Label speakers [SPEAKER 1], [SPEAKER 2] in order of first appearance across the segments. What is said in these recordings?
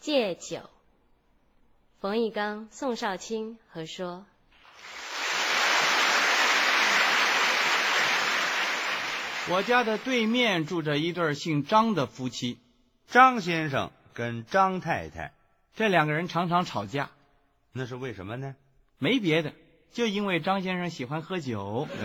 [SPEAKER 1] 戒酒。冯玉刚、宋少卿合说。
[SPEAKER 2] 我家的对面住着一对姓张的夫妻，
[SPEAKER 3] 张先生跟张太太，
[SPEAKER 2] 这两个人常常吵架，
[SPEAKER 3] 那是为什么呢？
[SPEAKER 2] 没别的，就因为张先生喜欢喝酒。
[SPEAKER 3] 哎，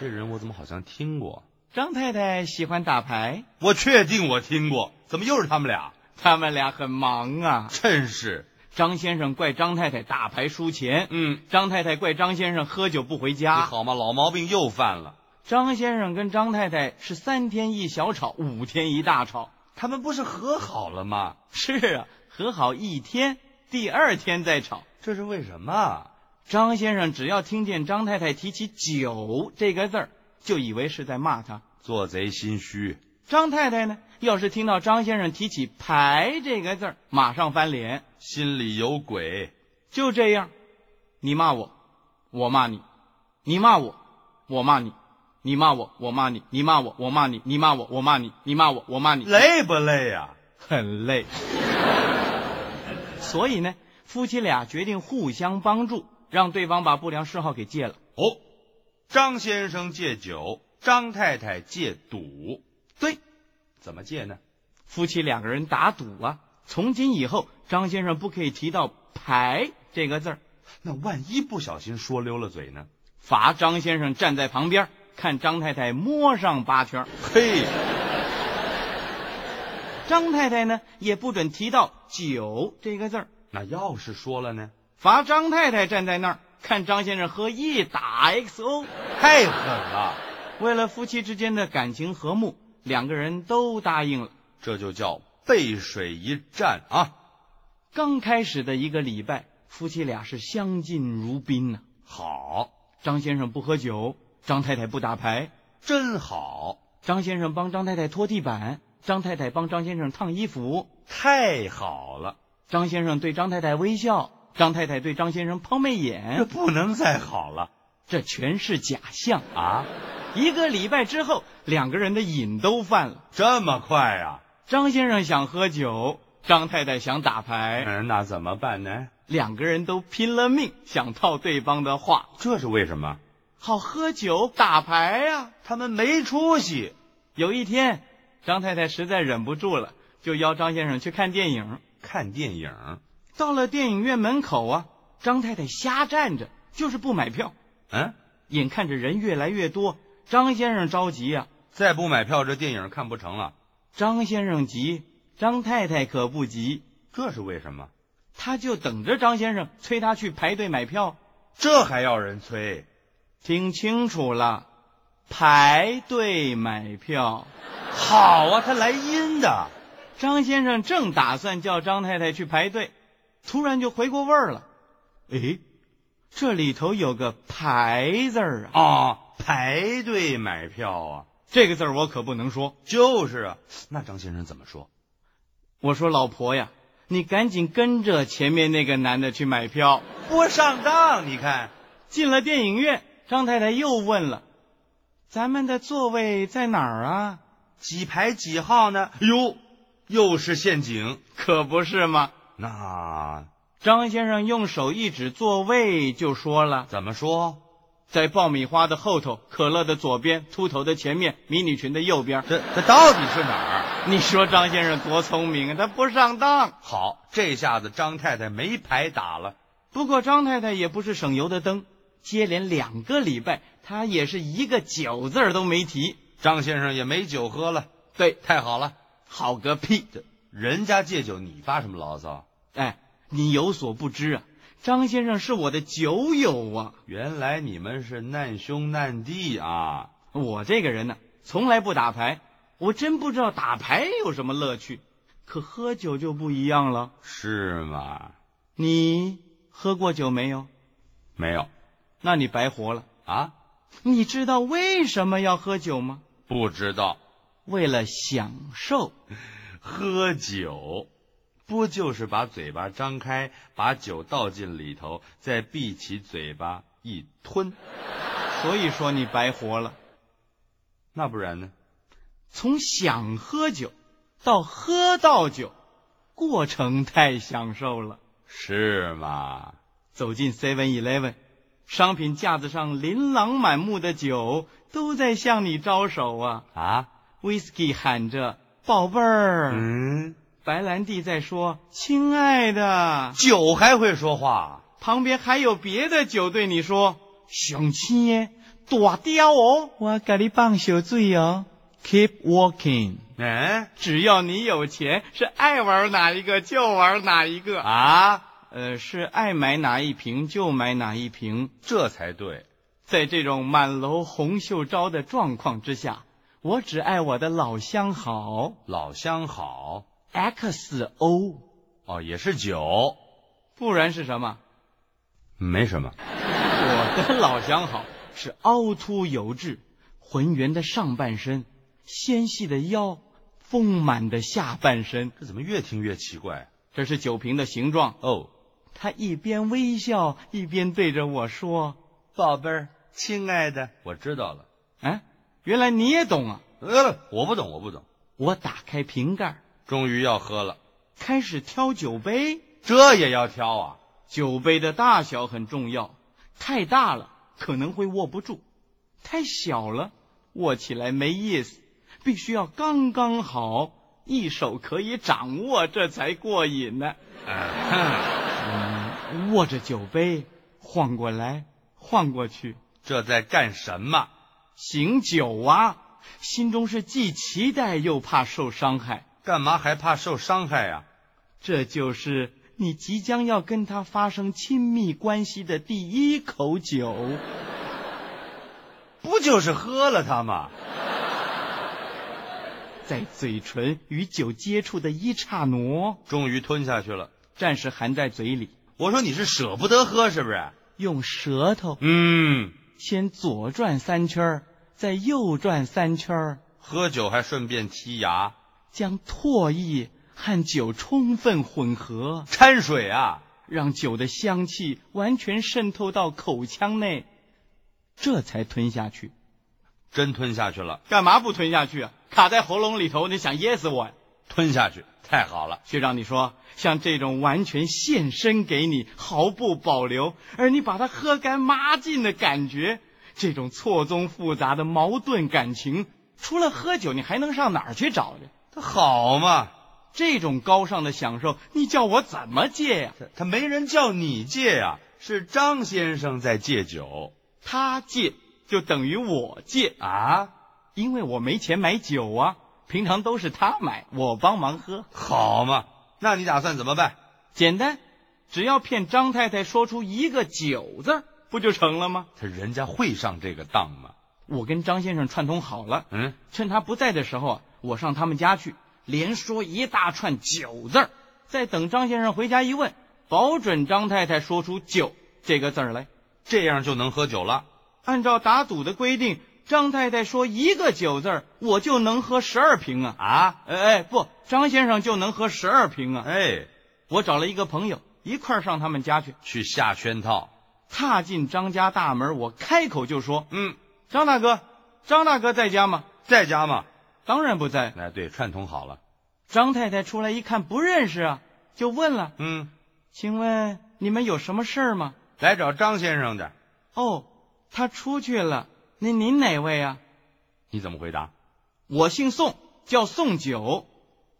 [SPEAKER 3] 这人我怎么好像听过？
[SPEAKER 2] 张太太喜欢打牌，
[SPEAKER 3] 我确定我听过，怎么又是他们俩？
[SPEAKER 2] 他们俩很忙啊。
[SPEAKER 3] 真是，
[SPEAKER 2] 张先生怪张太太打牌输钱，
[SPEAKER 3] 嗯，
[SPEAKER 2] 张太太怪张先生喝酒不回
[SPEAKER 3] 你
[SPEAKER 2] 家。
[SPEAKER 3] 好嘛，老毛病又犯了。
[SPEAKER 2] 张先生跟张太太是三天一小吵，五天一大吵。
[SPEAKER 3] 他们不是和好了吗？
[SPEAKER 2] 是啊，和好一天，第二天再吵。
[SPEAKER 3] 这是为什么？
[SPEAKER 2] 张先生只要听见张太太提起“酒”这个字儿，就以为是在骂他。
[SPEAKER 3] 做贼心虚，
[SPEAKER 2] 张太太呢，要是听到张先生提起“牌”这个字儿，马上翻脸。
[SPEAKER 3] 心里有鬼。
[SPEAKER 2] 就这样，你骂我，我骂你；你骂我，我骂你；你骂我，我骂你；你骂我，我骂你；你骂我，我骂你；你骂我，我骂你。
[SPEAKER 3] 累不累啊呀、
[SPEAKER 2] 很累。所以呢，夫妻俩决定互相帮助，让对方把不良嗜好给戒了。
[SPEAKER 3] 哦，张先生戒酒，张太太戒赌。对，怎么戒呢？
[SPEAKER 2] 夫妻两个人打赌啊，从今以后，张先生不可以提到“牌”这个字儿，
[SPEAKER 3] 那万一不小心说溜了嘴呢？
[SPEAKER 2] 罚张先生站在旁边看张太太摸上八圈儿。
[SPEAKER 3] 嘿，
[SPEAKER 2] 张太太呢，也不准提到“酒”这个字儿，
[SPEAKER 3] 那要是说了呢？
[SPEAKER 2] 罚张太太站在那儿看张先生喝一打 XO。
[SPEAKER 3] 太狠了，
[SPEAKER 2] 为了夫妻之间的感情和睦，两个人都答应了。
[SPEAKER 3] 这就叫背水一战啊！
[SPEAKER 2] 刚开始的一个礼拜，夫妻俩是相敬如宾呐、
[SPEAKER 3] 好，
[SPEAKER 2] 张先生不喝酒，张太太不打牌，
[SPEAKER 3] 真好，
[SPEAKER 2] 张先生帮张太太拖地板，张太太帮张先生烫衣服，
[SPEAKER 3] 太好了，
[SPEAKER 2] 张先生对张太太微笑，张太太对张先生抛媚
[SPEAKER 3] 这
[SPEAKER 2] 眼，
[SPEAKER 3] 哎不能再好了
[SPEAKER 2] 这全是假象。
[SPEAKER 3] 啊！
[SPEAKER 2] 一个礼拜之后，两个人的瘾都犯了。
[SPEAKER 3] 这么快啊呀、
[SPEAKER 2] 张先生想喝酒，张太太想打牌，
[SPEAKER 3] 嗯，那怎么办呢？
[SPEAKER 2] 两个人都拼了命想套对方的话，
[SPEAKER 3] 这是为什么？
[SPEAKER 2] 好喝酒打牌啊呀、
[SPEAKER 3] 他们没出息。
[SPEAKER 2] 有一天，张太太实在忍不住了，就邀张先生去看电影。
[SPEAKER 3] 看电影，
[SPEAKER 2] 到了电影院门口啊，张太太瞎站着，就是不买票。
[SPEAKER 3] 嗯，
[SPEAKER 2] 眼看着人越来越多，张先生着急呀、
[SPEAKER 3] 再不买票，这电影看不成了。
[SPEAKER 2] 张先生急，张太太可不急，
[SPEAKER 3] 这是为什么？
[SPEAKER 2] 她就等着张先生催她去排队买票。
[SPEAKER 3] 这还要人催？
[SPEAKER 2] 听清楚了，排队买票。
[SPEAKER 3] 好啊，他来阴的。
[SPEAKER 2] 张先生正打算叫张太太去排队，突然就回过味儿了。
[SPEAKER 3] 哎
[SPEAKER 2] 诶，这里头有个“排”字儿啊！
[SPEAKER 3] 哦，排队买票啊，
[SPEAKER 2] 这个字儿我可不能说。
[SPEAKER 3] 就是啊。那张先生怎么说？
[SPEAKER 2] 我说老婆呀，你赶紧跟着前面那个男的去买票。
[SPEAKER 3] 不上当，你看，
[SPEAKER 2] 进了电影院，张太太又问了：“咱们的座位在哪儿啊
[SPEAKER 3] 几排几号呢？哟，又是陷阱。？”
[SPEAKER 2] 可不是嘛！
[SPEAKER 3] 那
[SPEAKER 2] 张先生用手一指座位，就说了。
[SPEAKER 3] 怎么说？
[SPEAKER 2] 在爆米花的后头，可乐的左边，秃头的前面，迷你裙的右边。
[SPEAKER 3] 这这到底是哪儿？
[SPEAKER 2] 你说张先生多聪明啊，他不上当。
[SPEAKER 3] 好，这下子张太太没牌打了。
[SPEAKER 2] 不过张太太也不是省油的灯，接连两个礼拜，她也是一个“酒”字儿都没提。
[SPEAKER 3] 张先生也没酒喝了，
[SPEAKER 2] 对，
[SPEAKER 3] 太好了。
[SPEAKER 2] 好个屁！
[SPEAKER 3] 人家戒酒，你发什么牢骚？
[SPEAKER 2] 哎，你有所不知啊，张先生是我的酒友啊。
[SPEAKER 3] 原来你们是难兄难弟啊！
[SPEAKER 2] 我这个人呢、从来不打牌，我真不知道打牌有什么乐趣。可喝酒就不一样了。
[SPEAKER 3] 是吗？
[SPEAKER 2] 你喝过酒没有？
[SPEAKER 3] 没有
[SPEAKER 2] 那你白活了。
[SPEAKER 3] 啊？
[SPEAKER 2] 你知道为什么要喝酒吗？
[SPEAKER 3] 不知道。
[SPEAKER 2] 为了享受。
[SPEAKER 3] 喝酒不就是把嘴巴张开，把酒倒进里头，再闭起嘴巴一吞？
[SPEAKER 2] 所以说你白活了。
[SPEAKER 3] 那不然呢？
[SPEAKER 2] 从想喝酒到喝到酒，过程太享受了。
[SPEAKER 3] 是吗？
[SPEAKER 2] 走进 Seven Eleven，商品架子上琳琅满目的酒都在向你招手啊
[SPEAKER 3] 啊，
[SPEAKER 2] ！Whisky 喊着“宝贝儿”，
[SPEAKER 3] 嗯，
[SPEAKER 2] 白兰地在说“亲爱的
[SPEAKER 3] 酒还会说话？”，
[SPEAKER 2] 旁边还有别的酒对你说“想亲耶，大雕哦，我给你放小醉哦，Keep walking”。
[SPEAKER 3] 哎
[SPEAKER 2] 只要你有钱，是爱玩哪一个就玩哪一个。
[SPEAKER 3] 啊，
[SPEAKER 2] 呃，是爱买哪一瓶就买哪一瓶。
[SPEAKER 3] 这才对。
[SPEAKER 2] 在这种满楼红袖招的状况之下，我只爱我的老相好
[SPEAKER 3] 老相好
[SPEAKER 2] XO，
[SPEAKER 3] 哦，也是酒，
[SPEAKER 2] 不然是什么？
[SPEAKER 3] 没什么。
[SPEAKER 2] 我的老相好是凹凸有致，浑圆的上半身，纤细的腰，丰满的下半身。
[SPEAKER 3] 这怎么越听越奇怪？
[SPEAKER 2] 这是酒瓶的形状。
[SPEAKER 3] 哦，
[SPEAKER 2] 他一边微笑，一边对着我说
[SPEAKER 3] 宝贝儿，亲爱的，我知道了。：“
[SPEAKER 2] 哎，原来你也懂啊
[SPEAKER 3] 呃，我不懂，我不懂。！”
[SPEAKER 2] 我打开瓶盖，
[SPEAKER 3] 终于要喝了，
[SPEAKER 2] 开始挑酒杯。
[SPEAKER 3] 这也要挑啊？
[SPEAKER 2] 酒杯的大小很重要，太大了可能会握不住，太小了握起来没意思，必须要刚刚好，一手可以掌握，这才过瘾呢。
[SPEAKER 3] 嗯哼，
[SPEAKER 2] 握着酒杯晃过来晃过去，
[SPEAKER 3] 这在干什么？
[SPEAKER 2] 醒酒啊，心中是既期待又怕受伤害。
[SPEAKER 3] 干嘛还怕受伤害啊呀、
[SPEAKER 2] 这就是你即将要跟他发生亲密关系的第一口酒。
[SPEAKER 3] 不就是喝了它吗？
[SPEAKER 2] 在嘴唇与酒接触的一刹那，
[SPEAKER 3] 终于吞下去了。
[SPEAKER 2] 暂时含在嘴里，
[SPEAKER 3] 我说你是舍不得喝是不是？
[SPEAKER 2] 用舌头
[SPEAKER 3] 嗯，
[SPEAKER 2] 先左转三圈儿，再右转三圈儿，
[SPEAKER 3] 喝酒还顺便剔牙、
[SPEAKER 2] 将唾液和酒充分混合，
[SPEAKER 3] 掺水啊？
[SPEAKER 2] 让酒的香气完全渗透到口腔内，这才吞下去。
[SPEAKER 3] 真吞下去了，
[SPEAKER 2] 干嘛不吞下去啊？卡在喉咙里头，你想噎死我呀、
[SPEAKER 3] 吞下去，太好了。
[SPEAKER 2] 学长，你说像这种完全献身给你、毫不保留，而你把它喝干抹净的感觉，这种错综复杂的矛盾感情，除了喝酒，你还能上哪儿去找去？
[SPEAKER 3] 它好嘛？
[SPEAKER 2] 这种高尚的享受，你叫我怎么戒呀、
[SPEAKER 3] 他他没人叫你戒呀、是张先生在戒酒
[SPEAKER 2] 他戒就等于我戒，
[SPEAKER 3] 啊。
[SPEAKER 2] 因为我没钱买酒啊，平常都是他买，我帮忙喝。
[SPEAKER 3] 好嘛，那你打算怎么办？
[SPEAKER 2] 简单，只要骗张太太说出一个“酒”字儿，不就成了吗？
[SPEAKER 3] 他人家会上这个当吗？
[SPEAKER 2] 我跟张先生串通好了。
[SPEAKER 3] 嗯，
[SPEAKER 2] 趁他不在的时候啊，我上他们家去，连说一大串九字儿。再等张先生回家一问，保准张太太说出“九”这个字儿来。
[SPEAKER 3] 这样就能喝酒了。
[SPEAKER 2] 按照打赌的规定，张太太说一个“九”字儿，我就能喝十二瓶啊！
[SPEAKER 3] 啊，
[SPEAKER 2] 哎哎，不，张先生就能喝十二瓶啊！
[SPEAKER 3] 哎，
[SPEAKER 2] 我找了一个朋友一块儿上他们家去，
[SPEAKER 3] 去下圈套。
[SPEAKER 2] 踏进张家大门，我开口就说
[SPEAKER 3] 嗯，：“
[SPEAKER 2] 张大哥，张大哥在家吗
[SPEAKER 3] 在家嘛。？”
[SPEAKER 2] 当然不在。
[SPEAKER 3] 哎，对，串通好了。
[SPEAKER 2] 张太太出来一看不认识啊，就问了。
[SPEAKER 3] 嗯，
[SPEAKER 2] 请问你们有什么事儿吗？
[SPEAKER 3] 来找张先生去。
[SPEAKER 2] 哦，他出去了。那您哪位啊？
[SPEAKER 3] 你怎么回答？
[SPEAKER 2] 我姓宋，叫宋九。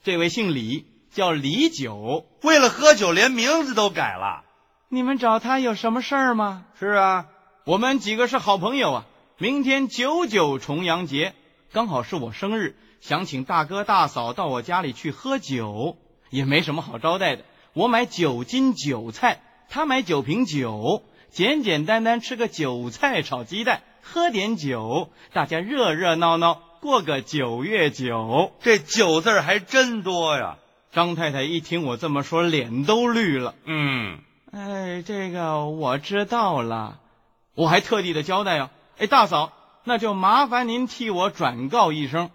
[SPEAKER 2] 这位姓李，叫李九。
[SPEAKER 3] 为了喝酒，连名字都改了。
[SPEAKER 2] 你们找他有什么事儿吗？
[SPEAKER 3] 是啊，
[SPEAKER 2] 我们几个是好朋友啊。明天九九重阳节，刚好是我生日，想请大哥大嫂到我家里去喝酒，也没什么好招待的。我买九斤韭菜，他买九瓶酒，简简单单吃个韭菜炒鸡蛋，喝点酒，大家热热闹闹过个九月九。
[SPEAKER 3] 这酒字儿还真多呀。
[SPEAKER 2] 张太太一听我这么说，脸都绿了。
[SPEAKER 3] 嗯，
[SPEAKER 2] 哎，这个我知道了，我还特地的交代呀、哎，大嫂，那就麻烦您替我转告一声，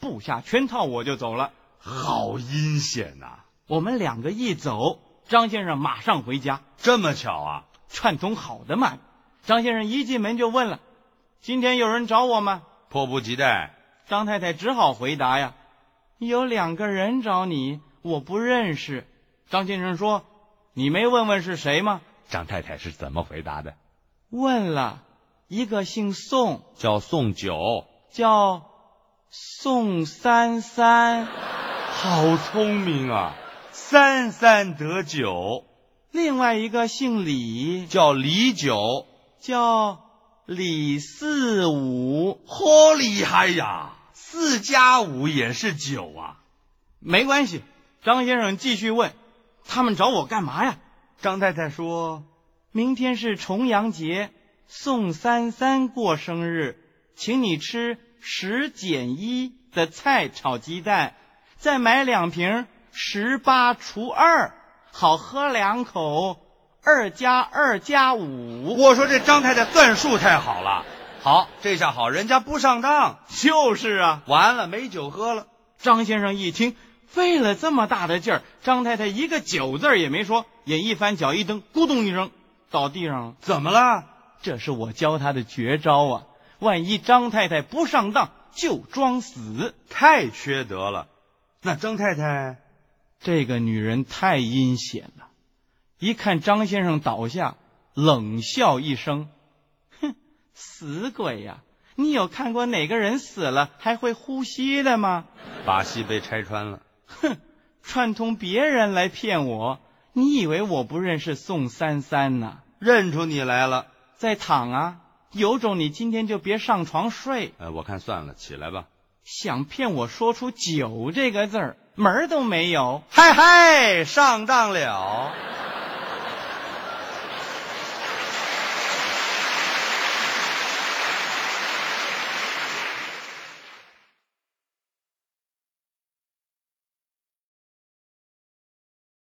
[SPEAKER 2] 布下圈套我就走了。
[SPEAKER 3] 好阴险呐、
[SPEAKER 2] 我们两个一走，张先生马上回家，
[SPEAKER 3] 这么巧啊？
[SPEAKER 2] 串通好的嘛。张先生一进门就问了：“今天有人找我吗
[SPEAKER 3] 迫不及待。？”
[SPEAKER 2] 张太太只好回答呀：“有两个人找你，我不认识。”张先生说：“你没问问是谁吗
[SPEAKER 3] 张太太是怎么回答的？？”
[SPEAKER 2] 问了，一个姓宋，
[SPEAKER 3] 叫送酒，
[SPEAKER 2] 叫宋三三；
[SPEAKER 3] 好聪明啊！三三得九，
[SPEAKER 2] 另外一个姓李，
[SPEAKER 3] 叫李九，
[SPEAKER 2] 叫李四五。
[SPEAKER 3] 好厉害呀！四加五也是九啊！
[SPEAKER 2] 没关系，张先生继续问：“他们找我干嘛呀？”
[SPEAKER 3] 张太太说
[SPEAKER 2] 明天是重阳节，宋三三过生日，请你吃十减一的菜炒鸡蛋，再买两瓶十八除二，好喝两口。二加二加：“五，
[SPEAKER 3] 我说这张太太算术太好了，好，这下好，人家不上当。
[SPEAKER 2] 就是啊。
[SPEAKER 3] 完了，没酒喝了。
[SPEAKER 2] 张先生一听，费了这么大的劲儿，张太太一个酒字儿也没说，也一翻脚一蹬，咕咚一声倒地上了。
[SPEAKER 3] 怎么了？
[SPEAKER 2] 这是我教他的绝招啊！万一张太太不上当，就装死。
[SPEAKER 3] 太缺德了。那张太太
[SPEAKER 2] 这个女人太阴险了，一看张先生倒下，冷笑一声：“哼，死鬼呀、你有看过哪个人死了还会呼吸的吗？
[SPEAKER 3] 把戏被拆穿了。
[SPEAKER 2] 哼，串通别人来骗我，你以为我不认识宋三三呐、
[SPEAKER 3] 认出你来了。
[SPEAKER 2] 再躺啊，有种你今天就别上床睡。”
[SPEAKER 3] 呃，我看算了，起来吧。
[SPEAKER 2] 想骗我说出“酒”这个字儿，门儿都没有。
[SPEAKER 3] 嗨嗨，上当了。